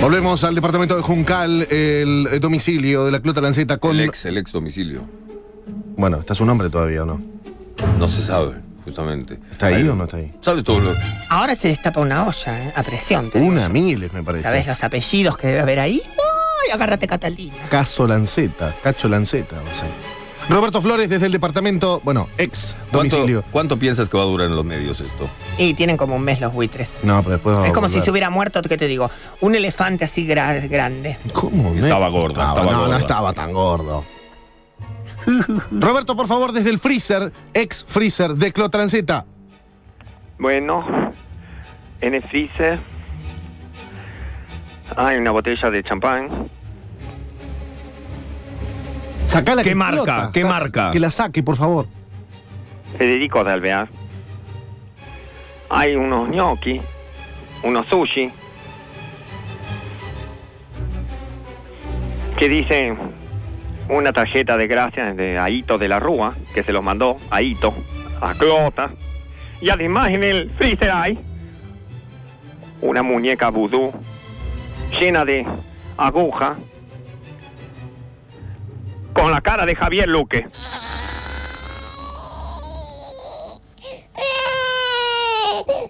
Volvemos al departamento de Juncal, el, el domicilio de la Clota Lanceta con. El ex, el ex domicilio. Bueno, está su nombre todavía, ¿o no? No se sabe, justamente. ¿Está ahí o no está ahí? ¿Sabe todo lo Ahora se destapa una olla, ¿eh? A presión. te digo Una, yo. miles, me parece. ¿Sabés los apellidos que debe haber ahí? ¡Uy! Agárrate, Catalina. Caso Lanceta, Cacho Lanceta, va a ser. Roberto Flores desde el departamento, bueno, ex ¿Cuánto, domicilio. ¿Cuánto piensas que va a durar en los medios esto? Y tienen como un mes los buitres. No, pero después va a es como si volver. se hubiera muerto, ¿qué te digo? Un elefante así gra- grande. ¿Cómo? me- Ah, Estaba gorda, estaba no, gorda. no estaba tan gordo. Roberto, por favor, desde el freezer, ex freezer de Clotranceta. Bueno, en el freezer E. hay una botella de champán. Sacala ¿Qué que marca? explota. ¿Qué Sa- marca? Que la saque, por favor. Federico de Alvear. Hay unos gnocchi, unos sushi. Que dicen una tarjeta de gracias de Aito de la Rúa, que se los mandó Aito, a Clota. Y además en el freezer hay una muñeca vudú llena de aguja con la cara de Javier Luque.